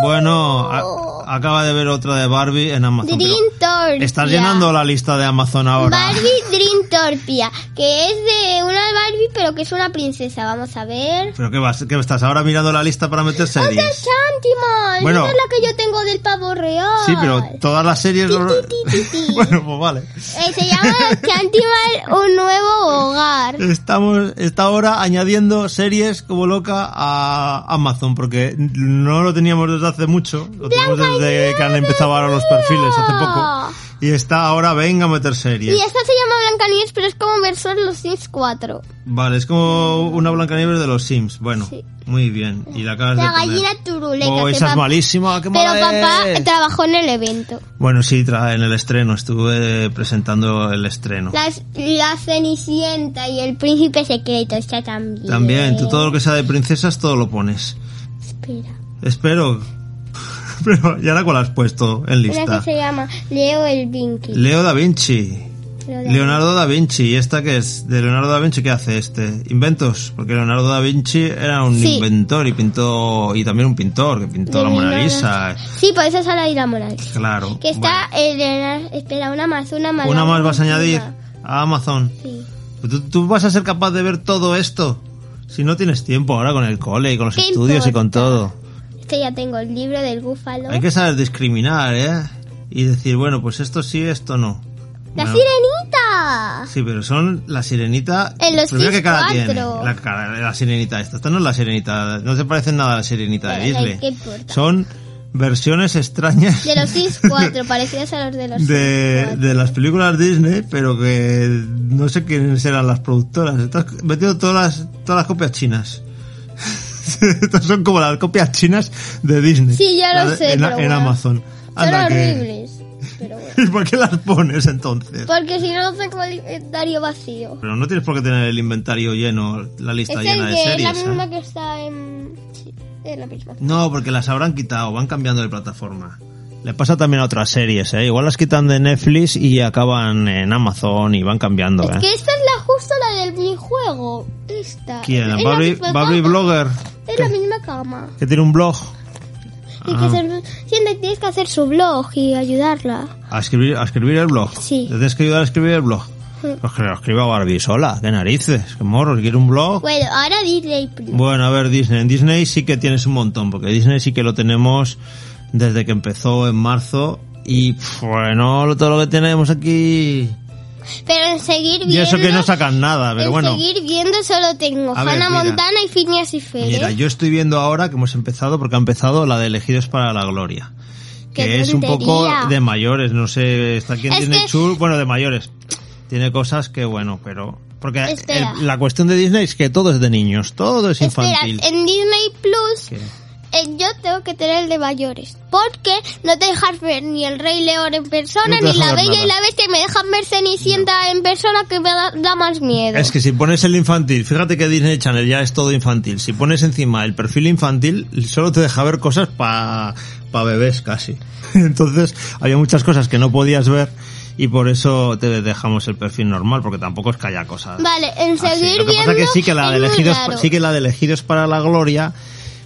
Bueno, a- acaba de ver otra de Barbie en Amazon. pero
Dream Torpia.
Estás llenando la lista de Amazon ahora.
Barbie Dream Torpia, que es de una Barbie pero que es una princesa. Vamos a ver.
¿Pero qué vas? ¿Qué estás ahora mirando la lista para meter series?
Chantimals,
Bueno.
esa es la que yo tengo del pavo real.
Sí, pero todas las series...
Ti, ti, ti, ti, ti.
bueno, pues vale.
Eh, se llama Chantimal un nuevo hogar.
Estamos está ahora añadiendo series como loca a Amazon porque no lo teníamos desde hace mucho, lo teníamos desde que han empezado ahora los perfiles hace poco y está ahora venga a meter
Y
series.
esta se llama Blancanieves, pero es como versión Los Sims 4.
Vale, es como una Blancanieves de los Sims. Bueno,
Sí.
muy bien. Y la acabas
La
de poner.
gallina turuleca.
Oh,
que
esa es
pap-
malísima, qué
Pero
mala
papá
es.
trabajó en el evento.
Bueno, sí, tra- en el estreno estuve presentando el estreno.
Las- la Cenicienta y el Príncipe Secreto, esta también.
También, tú todo lo que sea de princesas todo lo pones.
Espera.
Espero. Pero, ¿y ahora cuál has puesto en
Una que
lista?
se llama Leo el Vinci.
Leo da Vinci.
Pero la-
Leonardo da Vinci. ¿Y esta qué es? ¿De Leonardo da Vinci qué hace este? Inventos. Porque Leonardo da Vinci era un
Sí.
inventor y pintó. Y también un pintor que pintó la Mona Lisa.
Sí, por eso sale ahí la moral.
Claro.
Que está el Leonardo- Espera, una más, una más.
Bueno, una más vas a
última.
añadir a Amazon. Pues
Sí.
¿Tú, tú vas a ser capaz de ver todo esto. Si no tienes tiempo ahora con el cole y con los
¿Qué
estudios y con
importa?
todo.
Este ya tengo el libro del búfalo.
Hay que saber discriminar, ¿eh? Y decir, bueno, pues esto sí, esto no.
¡La
Bueno.
sirenita!
Sí, pero son la sirenita.
En los
primero que
Sims
cara
cuatro.
tiene. La, cara- la sirenita esta. Esta no es la sirenita. No se parecen nada a la sirenita de
Bueno,
Disney.
¿qué importa?
Son versiones extrañas
De los Sims 4, parecidas a los de los Sims
de,
4.
de las películas Disney, pero que no sé quiénes eran las productoras. Estás metido todas las, todas las copias chinas. Estas son como las copias chinas de Disney.
Sí, ya lo
La de-
sé,
En,
pero
en
bueno.
Amazon.
Son
Anda, que-
horribles. Pero bueno.
¿Y por qué las pones entonces?
Porque si no, tengo el inventario vacío.
Pero no tienes por qué tener el inventario lleno, la lista
es
llena de
el que es
series.
la
¿eh?
misma que está en. Sí, es la misma.
No, porque las habrán quitado, van cambiando de plataforma. Le pasa también a otras series, ¿eh? Igual las quitan de Netflix y acaban en Amazon y van cambiando, ¿eh?
Que esta es la justo la del minijuego. Esta.
¿Quién?
Es la
Barbie,
misma
Barbie
cama.
Blogger,
Es la misma cama.
que tiene un blog.
Y que se- siempre tienes que hacer su blog y ayudarla.
¿A escribir, a escribir el blog?
Sí.
¿Le tienes que ayudar a escribir el blog? Pues que lo escriba Barbie sola, qué narices, qué morros, quiere un blog.
Bueno, ahora Disney Plus.
Bueno, a ver, Disney. En Disney sí que tienes un montón, porque Disney sí que lo tenemos desde que empezó en marzo. Y pf, bueno, todo lo que tenemos aquí.
Pero en seguir viendo.
Y eso que no sacan nada, pero
en
bueno.
seguir viendo solo tengo
A ver,
Hannah
mira.
Montana y Phineas y Ferb. ¿eh?
Mira, yo estoy viendo ahora que hemos empezado, porque ha empezado la de Elegidos para la Gloria.
¡Qué
Que es un poco
tontería!
de mayores, no sé, está quien
Es
tiene
que-
chul, bueno, de mayores. Tiene cosas que, bueno, pero... Porque
Espera.
el- la cuestión de Disney es que todo es de niños, todo es
Espera,
infantil.
en Disney Plus
Que-
eh, yo tengo que tener el de mayores. Porque no te dejas ver ni el Rey León en persona,
No te
ni la
dejan ver
Bella
nada.
y la Bestia. y Me dejan ver Cenicienta en persona que me da, da más miedo.
Es que si pones el infantil, fíjate que Disney Channel ya es todo infantil. Si pones encima el perfil infantil, solo te deja ver cosas para bebés casi. Entonces, había muchas cosas que no podías ver y por eso te dejamos el perfil normal, porque tampoco es que haya cosas.
Vale, en
así.
seguir
Ah, Lo que
viendo
pasa que sí que la de
es muy
elegidos, pues
raro.
sí que la de elegidos para la gloria,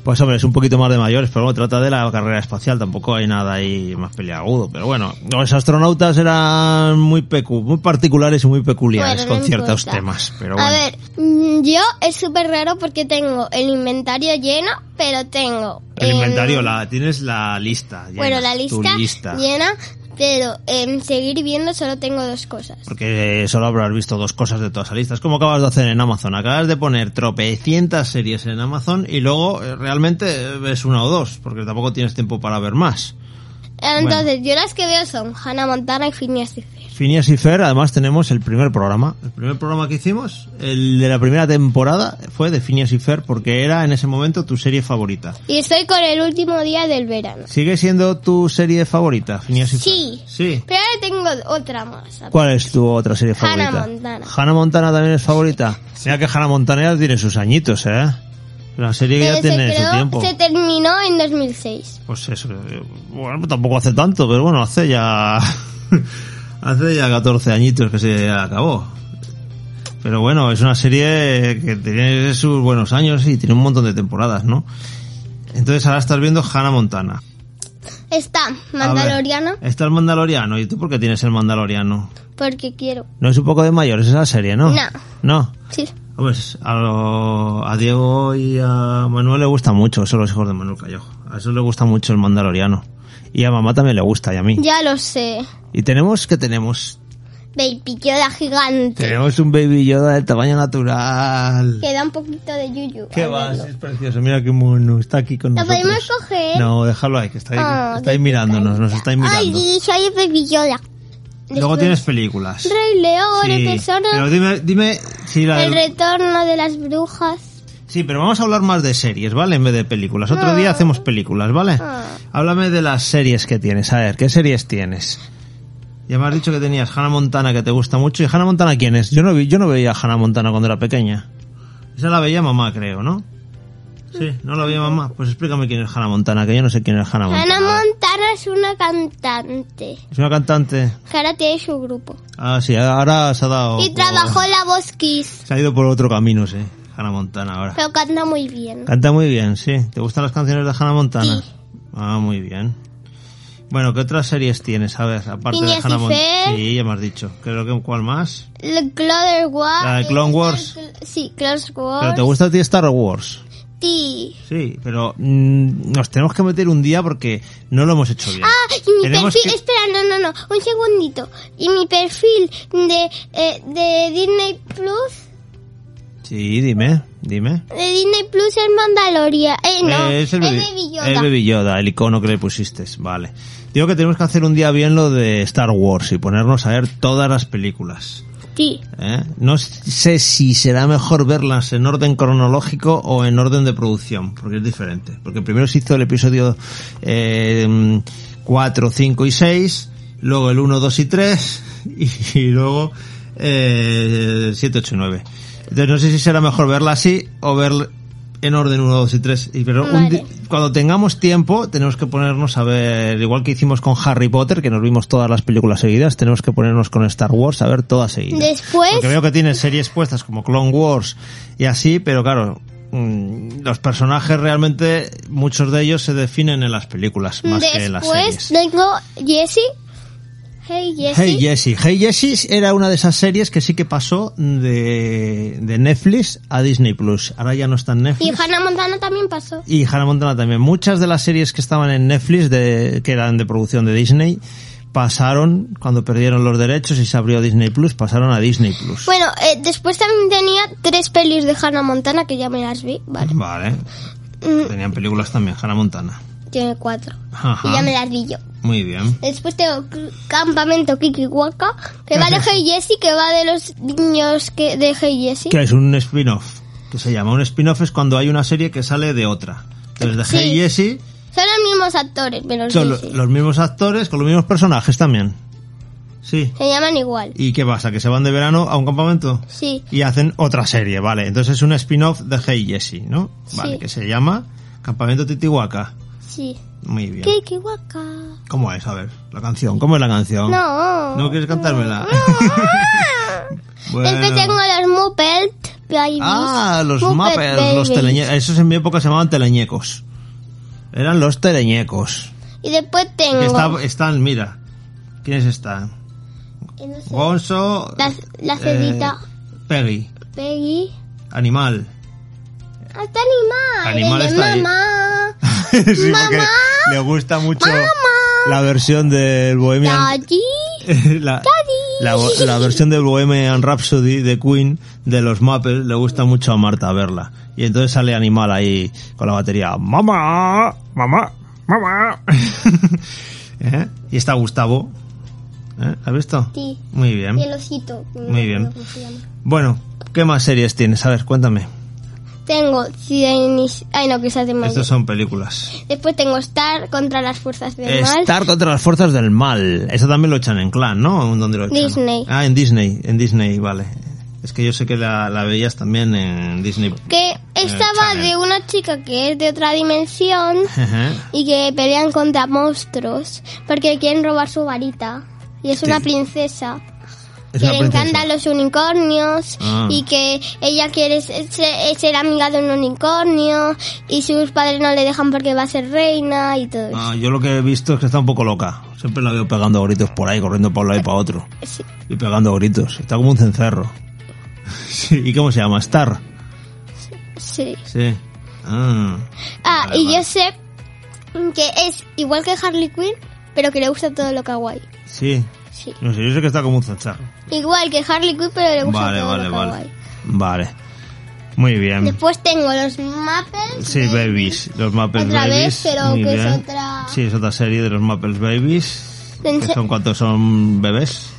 pues hombre, es un poquito más de mayores, pero bueno, trata de la carrera espacial, tampoco hay nada ahí más peleagudo, pero bueno, los astronautas eran muy pecu, muy particulares y muy peculiares
Bueno, no
con ciertos
importa.
temas, pero
A
bueno.
ver, mm, yo es súper raro porque tengo el inventario lleno, pero tengo...
El
em,
inventario, la, tienes la lista. llena,
Bueno, la
tu
lista,
lista.
llena, pero en seguir viendo solo tengo dos cosas.
Porque solo habrás visto dos cosas de todas esa lista. Es como acabas de hacer en Amazon. Acabas de poner tropecientas series en Amazon y luego eh, realmente eh, ves una o dos, porque tampoco tienes tiempo para ver más.
Entonces, yo las que veo son Hannah Montana y Phineas y Ferb.
Phineas y Fer, además tenemos el primer programa. El primer programa que hicimos, el de la primera temporada, fue de Phineas y Fer, porque era en ese momento tu serie favorita.
Y estoy con el último día del verano.
¿Sigue siendo tu serie favorita, Phineas y Fer?
Sí.
Sí.
Pero ahora tengo tengo otra más.
¿Cuál es tu otra serie favorita?
Hannah Montana.
Hannah Montana también es favorita. Mira que Hannah Montana ya tiene sus añitos, ¿eh? La serie que ya
Pero
tiene
se,
su
creó-
tiempo.
se terminó en 2006.
Pues eso, eh, bueno, tampoco hace tanto, pero bueno, hace ya. hace ya 14 añitos que se acabó. Pero bueno, es una serie que tiene sus buenos años y tiene un montón de temporadas, ¿no? Entonces ahora estás viendo Hannah Montana.
Está
A ver,
Mandaloriana,
Está el Mandaloriano. ¿Y tú por qué tienes el Mandaloriano?
porque quiero.
No es un poco de mayores esa serie, ¿no?
No.
No.
Sí.
Pues a, lo- a Diego y a Manuel le gusta mucho, son los hijos de Manuel Callejo. A eso le gusta mucho el Mandaloriano. Y a mamá también le gusta, y a mí.
Ya lo sé.
Y tenemos, ¿qué tenemos?
Baby Yoda gigante.
Tenemos un Baby Yoda del tamaño natural.
Queda un poquito de yuyu.
¿Qué
al
va?
verlo.
Es precioso, mira qué mono, está aquí con
¿Lo
nosotros.
podemos coger?
No, déjalo ahí, que está ahí,
Ah,
está ahí mirándonos, nos está ahí
Ay,
mirando.
sí, soy Baby Yoda.
Luego
Después,
tienes películas.
Rey León,
Sí,
el tesoro,
Pero dime, dime si la...
el retorno de las brujas.
Sí, pero vamos a hablar más de series, ¿vale? En vez de películas. Otro
Ah.
día hacemos películas, ¿vale?
Ah.
Háblame de las series que tienes. A ver, ¿qué series tienes? Ya me has dicho que tenías Hannah Montana que te gusta mucho. ¿Y Hannah Montana quién es? Yo no, vi, yo no veía a Hannah Montana cuando era pequeña. Esa la veía mamá, creo, ¿no? Sí, no la veía mamá. Pues explícame quién es Hannah Montana, que yo no sé quién es Hannah Montana.
Hannah Montana es una cantante.
Es una cantante.
que ahora tiene su grupo.
Ah, sí, ahora se ha dado...
Y
por-
trabajó en la voz Kiss.
Se ha ido por otro camino, sí. Hannah Montana ahora.
Pero canta muy bien.
Canta muy bien, sí. ¿Te gustan las canciones de Hannah Montana?
Sí.
Ah, muy bien. Bueno, ¿qué otras series tienes? A ver, aparte
Phineas
de Hannah
y
Montana.
Ferb.
Sí, ya me has dicho. Creo que cuál más.
El Clother Wars.
La de Clone Wars.
Sí, Clone Wars.
Pero te gusta a ti Star Wars.
Sí.
Sí, pero mm, nos tenemos que meter un día porque no lo hemos hecho bien.
Ah, y mi
Tenemos
perfil,
que-
espera, no, no, no, un segundito. Y mi perfil de, eh, de Disney Plus,
Sí, dime, dime.
de Disney Plus es Mandaloria. Eh, no,
Eh, es el Baby,
Baby Yoda.
el Baby Yoda, el icono que le pusiste. Vale. Digo que tenemos que hacer un día bien lo de Star Wars y ponernos a ver todas las películas.
Sí.
¿eh? No sé si será mejor verlas en orden cronológico o en orden de producción, porque es diferente. Porque primero se hizo el episodio 4, 5 y 6, luego el 1, 2 y 3, y, y luego eh, 7, 8 y 9. Entonces no sé si será mejor verla así o ver en orden 1, 2 y 3. Y, pero un di-
Vale.
cuando tengamos tiempo tenemos que ponernos a ver, igual que hicimos con Harry Potter, que nos vimos todas las películas seguidas, tenemos que ponernos con Star Wars a ver todas seguidas.
Después-
Porque veo que tienen series puestas como Clone Wars y así, pero claro, mm, los personajes realmente, muchos de ellos se definen en las películas más que en las
Después
series.
tengo Jessie. Hey Jessie.
Hey Jessie. Hey Jessie era una de esas series que sí que pasó de, de Netflix a Disney Plus. Ahora ya no está en
y
Netflix.
Hannah Montana también pasó.
Y Hannah Montana también. Muchas de las series que estaban en Netflix, de, que eran de producción de Disney, pasaron, cuando perdieron los derechos y se abrió Disney Plus, pasaron a Disney Plus.
Bueno, eh, después también tenía tres pelis de Hannah Montana que ya me las vi, vale.
Vale.
Mm,
Tenían películas también, Hannah Montana.
tiene cuatro.
Ajá.
Y ya me las vi yo.
Muy bien.
Después tengo C- Campamento Kiki Waka, que va de Hey Jessie, que va de los niños que de Hey Jessie.
Que es un spin-off. Que se llama un spin-off es cuando hay una serie que sale de otra. Entonces de
Sí.
Hey Jessie
Son los mismos actores, pero
son
sí,
lo-
sí.
los mismos actores con los mismos personajes también. Sí.
se llaman igual.
¿Y qué pasa? ¿Que se van de verano a un campamento?
Sí.
y hacen otra serie, vale. Entonces es un spin-off de Hey Jessie, ¿no? Vale,
Sí.
que se llama Campamento Titihuaca.
Sí.
Muy bien.
Kiki Waka.
¿Cómo es? A ver, la canción. ¿Cómo es la canción?
No.
¿No quieres cantármela? Bueno.
Después Ah. tengo los Muppet Babies.
Ah, los
Muppet
Muppets, los
Babies.
teleñecos. Esos en mi época se llamaban teleñecos. Eran los teleñecos.
Y después tengo...
Que está- están, mira. ¿Quiénes están?
y no sé,
Gonzo.
La, la cedita.
eh, Peggy.
Peggy.
Animal.
Hasta animal.
Animal
el de
está ahí.
mamá.
sí, porque
Mamá.
le gusta mucho
Mamá.
la versión del Bohemian
Daddy.
la,
Daddy.
la, vo- la versión del Bohemian Rhapsody de Queen de los Muppets le gusta mucho a Marta verla. Y entonces sale Animal ahí con la batería. ¡Mamá! ¡Mamá! ¡Mamá! ¿Eh? Y está Gustavo. ¿Eh? ¿Has visto?
Sí.
Muy
Y
bien.
el osito. que no
Muy
me
bien.
acuerdo cómo se llama.
Bueno, ¿qué más series tienes? A ver, cuéntame.
Tengo Cienis... Ay, no, quizás de mal.
Estas son películas.
Después tengo Star contra las fuerzas del mal.
Estar contra las fuerzas del mal. Eso también lo echan en Clan, ¿no? ¿En dónde lo echan?
Disney.
Ah, en Disney, en Disney, vale. Es que yo sé que la, la veías también en Disney.
Que estaba
Channel.
de una chica que es de otra dimensión
Ajá.
y que pelean contra monstruos porque quieren robar su varita. Y es una princesa.
Es
que
una
le
princesa.
encantan los unicornios
Ah.
y que ella quiere ser, ser- ser amiga de un unicornio y sus padres no le dejan porque va a ser reina y todo eso.
Ah, yo lo que he visto es que está un poco loca. Siempre la veo pegando gritos por ahí, corriendo para un lado y para otro.
Sí.
Y pegando gritos. Está como un cencerro. Sí, ¿Y cómo se llama? Star.
sí.
Sí. Ah.
Ah,
Vale,
y
vale.
yo sé que es igual que Harley Quinn, pero que le gusta todo lo kawaii.
Sí.
Sí.
No sé, yo sé que está como un cencerro.
Igual que Harley Quinn, pero le gusta
Vale,
todo
vale,
lo
vale.
kawaii.
Vale. Muy bien.
Después tengo los Muppets. eh,
Sí, Babies. Los Muppets
Otra
Babies.
vez, pero
muy
que es
bien.
otra-
Sí, es otra serie de los Muppets Babies.
Pensé-
Que son cuantos son bebés.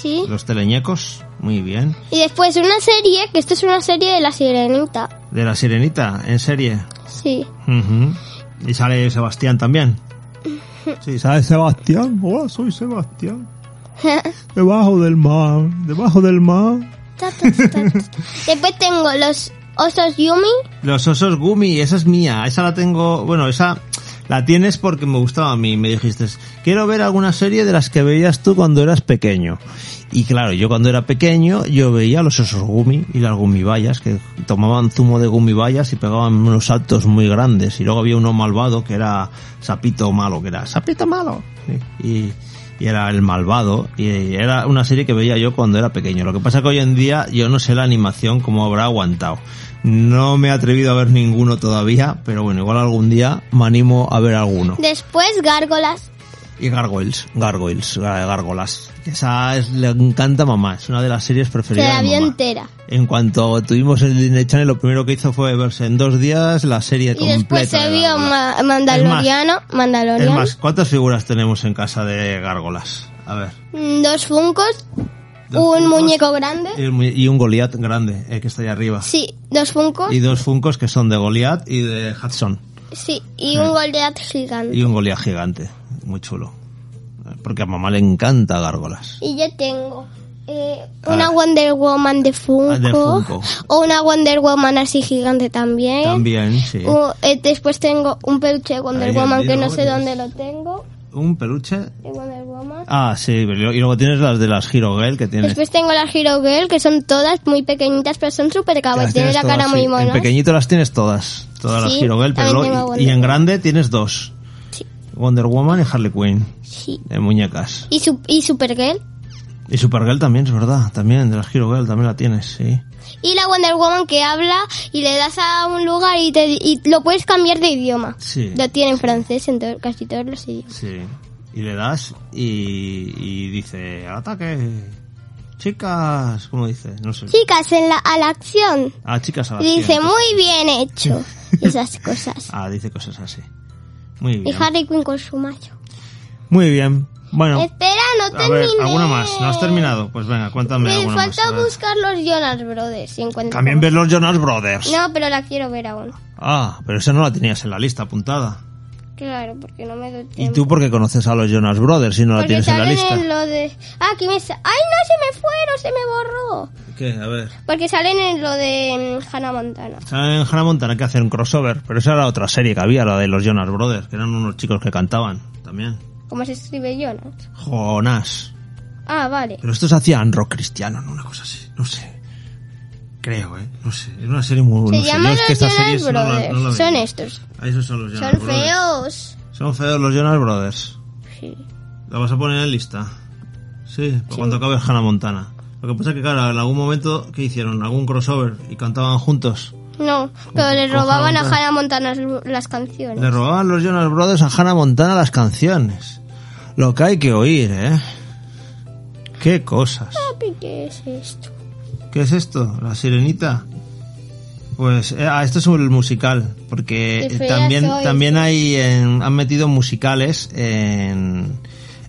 Sí.
Los teleñecos. Muy bien.
Y después una serie, que esto es una serie de La Sirenita.
De la sirenita, en serie.
Sí.
Ujú. Y sale Sebastián también. Sí, sale Sebastián. Hola, soy Sebastián. Debajo del mar, debajo del mar.
Ta, ta, ta, ta. después tengo los osos Yumi.
Los osos Gumi, esa es mía. Esa la tengo. Bueno, esa la tienes porque me gustaba a mí. Me dijiste, quiero ver alguna serie de las que veías tú cuando eras pequeño. Y claro, yo cuando era pequeño, yo veía los osos Gumi y las gumibayas, que tomaban zumo de gumibayas y pegaban unos saltos muy grandes. Y luego había uno malvado que era Sapito Malo, que era Sapito Malo. Sí, Y, y era el malvado y era una serie que veía yo cuando era pequeño. Lo que pasa que hoy en día yo no sé la animación cómo habrá aguantado. No me he atrevido a ver ninguno todavía, pero bueno, igual algún día me animo a ver alguno.
Después Gárgolas.
Y Gargoyles, Gargoyles, gar- Gárgolas. Esa es, le encanta a mamá, es una de las series
Se
preferidas
la
de
vio
mamá.
entera.
En cuanto tuvimos el Disney Channel, lo primero que hizo fue verse en dos días la serie
Y después
completa.
se
de
vio
Gárgolas.
Ma- Mandaloriano.
Es
Mandaloriano.
más, ¿cuántas figuras tenemos en casa de Gárgolas? A ver.
Mm, Dos funcos.
Dos
un
Funkos.
muñeco grande.
Y un- Y un Goliath grande, eh, que está ahí arriba.
Sí, dos funcos.
Y dos Funcos que son de Goliath y de Hudson.
Sí, y un Goliath gigante.
Y un Goliath gigante, muy chulo. Porque a mamá le encanta gárgolas.
Y yo tengo eh, una
Ah.
Wonder Woman de Funko,
Ah, de Funko.
o una Wonder Woman así gigante también.
También, sí.
O, eh, después tengo un peluche de Wonder
Ahí,
Woman que
dilo,
no sé
Dios.
dónde lo tengo.
Un peluche.
de Wonder Woman.
Ah, sí, pero- y luego tienes las de las Hero Girl que tienes.
Después tengo las Hero Girl, que son todas muy pequeñitas, pero son súper
que
guapas.
las
Tienen
tienes
pues, la
todas,
cara
sí.
muy
En
mona.
pequeñito las tienes todas. Todas
Sí,
las Hero Girl, pero luego-
también tengo
y,
Wonder
y en
Woman.
grande tienes dos.
Sí.
Wonder Woman y Harley Quinn,
Sí.
de muñecas.
Y, su, y Supergirl.
Y Supergirl también, es verdad, también, de las Hero Girl también la tienes, sí.
Y la Wonder Woman que habla y le das a un lugar y, te, y lo puedes cambiar de idioma.
Sí.
Lo tiene en francés, en to- casi todos los idiomas.
Sí. Y le das y, y dice, al ataque. Chicas, ¿cómo dice? No sé.
Chicas, en la, a la acción.
Ah, chicas a la
Y dice,
acción.
muy bien hecho. Esas cosas.
Ah, dice cosas así. Muy
Y
bien.
Harry Quinn con su macho.
Muy bien. Bueno,
Espera, no
a
Eh, terminé.
ver, ¿alguna más? ¿No has terminado? Pues venga, cuéntame
Me
alguna
falta
más. a ver.
buscar los Jonas Brothers. si encuentro.
También ves los Jonas Brothers.
No, pero la quiero ver aún.
Ah, pero esa no la tenías en la lista apuntada.
Claro, porque no me doy
¿Y
tiempo.
tú por qué conoces a los Jonas Brothers si no la
Eh, porque
tienes en la
salen
lista?
en lo de... Ah, aquí me... sa- ¡Ay, no! Se me fueron, se me borró.
¿Qué? A ver.
Porque salen en lo de mm, Hannah Montana.
En Hannah Montana que hacer un crossover, pero esa era otra serie que había, la de los Jonas Brothers, que eran unos chicos que cantaban también.
¿Cómo se escribe Jonas?
Jonás.
Ah, vale.
Pero estos hacían rock cristiano, ¿no? Una cosa así. No sé. Creo, ¿eh? No sé. Es una serie muy...
Se
no sé.
llaman
Yo es que
los
estas
Jonas
series no la- no la
Brothers.
veía.
Son estos.
Ah, esos son los Jonas
Son
Brothers.
feos.
Son feos los Jonas Brothers.
Sí.
¿La vas a poner en lista? Sí, para cuando acabe Hannah Montana. Lo que pasa es que, claro, en algún momento, ¿qué hicieron? ¿Algún crossover? ¿Y cantaban juntos?
No, pero le
Con
robaban a
Hannah
Hannah Montana las- las canciones.
Le robaban los Jonas Brothers a Hannah Montana las canciones. Lo que hay que oír, ¿eh? Qué cosas.
Papi, ¿Qué Ah, es esto?
¿Qué es esto? ¿La sirenita? Pues eh, ah, esto es un musical, porque
Qué
eh,
fea
también,
soy.
también hay en- han metido musicales en,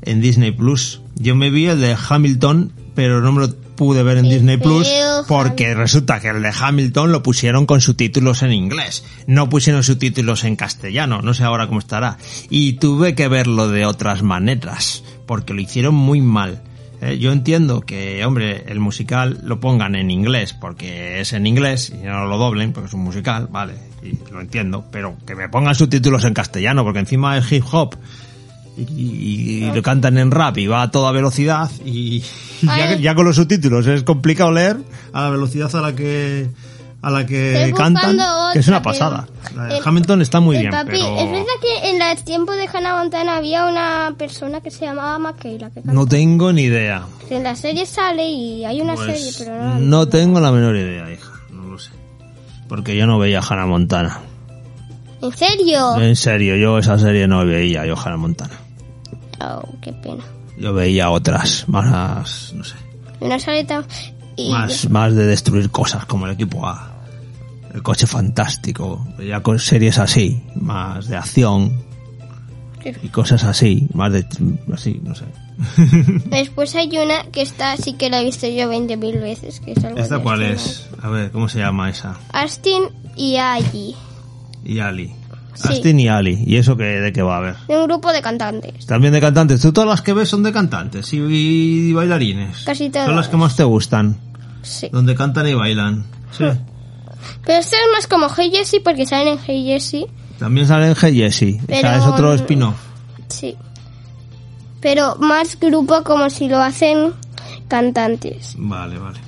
en Disney Plus. Yo me vi el de Hamilton, pero no me lo pude ver en
Qué
Disney Plus
feo,
porque resulta que el de Hamilton lo pusieron con subtítulos en inglés, no pusieron subtítulos en castellano, no sé ahora cómo estará. Y tuve que verlo de otras maneras porque lo hicieron muy mal. Eh, yo entiendo que, hombre, el musical lo pongan en inglés porque es en inglés y no lo doblen porque es un musical, vale, y lo entiendo, pero que me pongan subtítulos en castellano porque encima es hip hop y, y-
Ah.
y lo cantan en rap y va a toda velocidad y, y ya,
Ay.
ya con los subtítulos es complicado leer a la velocidad a la que a la que
Estoy
cantan
buscando
que es una
otra,
pasada
pero-
La de
el-
Hamilton está muy
Eh,
bien
papi,
pero
es verdad que en el tiempo de Hannah Montana había una persona que se llamaba Maquela que
no tengo ni idea
canta. en la serie sale y hay una serie,
pues
pero no. la-
no tengo la menor idea hija no lo sé porque yo no veía a Hannah Montana mm.
¿En serio?
en serio yo esa serie no veía yo Hannah Montana
Oh, qué pena.
yo veía otras más no sé
Una sale tan... y-
más, más de destruir cosas como el equipo A, el coche fantástico, ya con series así, más de acción y cosas así, más de así, no sé.
Después hay una que está, sí que la he visto yo 20.000 veces. Que es algo
¿Esta
de
cuál
Astin.
es? A ver, ¿cómo se llama esa?
Astin y Ayi.
Y Ali.
Sí.
Astin y Ali. ¿Y eso qué, de qué va a ver?
De un grupo de cantantes.
También de cantantes. ¿Tú todas las que ves son de cantantes y, y bailarines?
Casi
Son las
todas.
que más te gustan,
Sí. Hmm.
donde cantan y bailan. Sí.
Pero esto es más como Hey Jessie porque salen en Hey Jessie.
También salen Hey Jessie. O sea,
Pero-
es otro spin-off.
Sí. Pero más grupo como si lo hacen cantantes.
Vale, vale.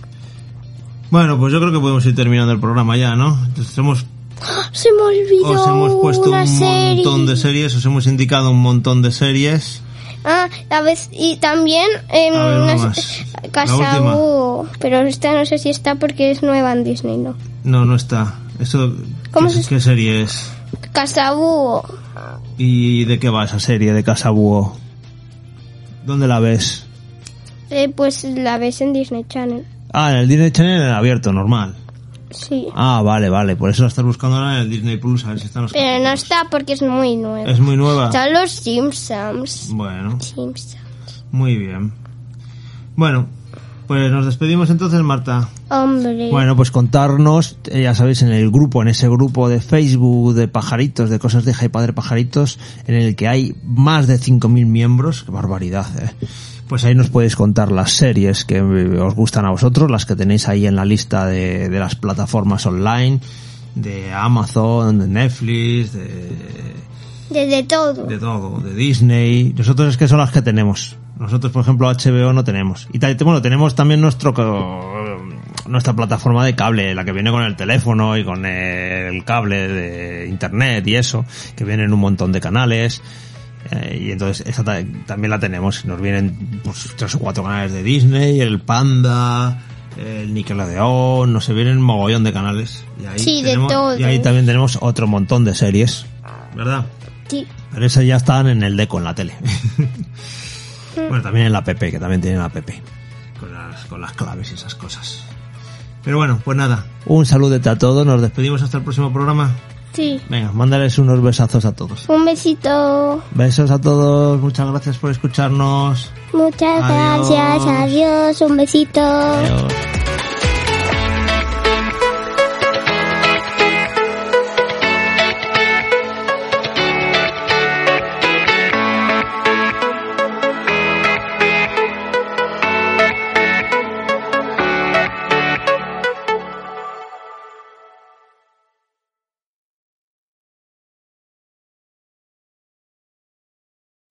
Bueno, pues yo creo que podemos ir terminando el programa ya, ¿no? Entonces hemos,
Ah, Se me olvidó
os Oh, hemos puesto
una
un
serie.
montón de series, os hemos indicado un montón de series.
Ah, a vez y también en
A ver,
una
una
se-
más. La
Casaú, pero esta no sé si está porque es nueva en Disney, ¿no?
No, no está. Eso,
¿Cómo
¿qué,
se-
qué serie es?
Casaú,
¿Y de qué va esa serie de Casabúo? ¿Dónde la ves?
eh, pues la ves en Disney Channel.
Ah, en el Disney Channel en abierto, normal.
Sí.
Ah, vale, vale. Por eso la estás buscando ahora en el Disney Plus, a ver si están los
Pero no
capítulos.
está porque es muy nueva.
Es muy nueva.
Están los Simpsons.
Bueno.
Simpsons.
Muy bien. Bueno, pues nos despedimos entonces, Marta.
Hombre.
Bueno, pues contarnos, eh, ya sabéis, en el grupo, en ese grupo de Facebook de pajaritos, de cosas de hija y padre pajaritos, en el que hay más de 5.000 miembros, qué barbaridad, eh. Pues ahí nos podéis contar las series que eh, os gustan a vosotros, las que tenéis ahí en la lista de, de las plataformas online, de Amazon, de Netflix, de,
Desde todo.
de todo, de Disney. Nosotros es que son las que tenemos. Nosotros, por ejemplo, HBO no tenemos. Y tal- bueno, tenemos también nuestro co- nuestra plataforma de cable, la que viene con el teléfono y con el cable de internet y eso, que vienen un montón de canales. Eh, y entonces esa ta- también la tenemos. Nos vienen pues, tres o cuatro canales de Disney, el Panda, el Nickelodeon, no sé, vienen mogollón de canales. Y ahí
Sí, de
tenemos-
todo.
Y ahí también tenemos otro montón de series, ¿verdad?
Sí.
Pero esas ya están en el deco, en la tele. bueno, también en la app, que también tienen app. Con las, con las claves y esas cosas. Pero bueno, pues nada. Un saludete a todos, nos despedimos hasta el próximo programa.
Sí.
Venga, mándales unos besazos a todos.
Un besito.
Besos a todos, muchas gracias por escucharnos.
Muchas
Adiós.
gracias. Adiós. Un besito.
Adiós.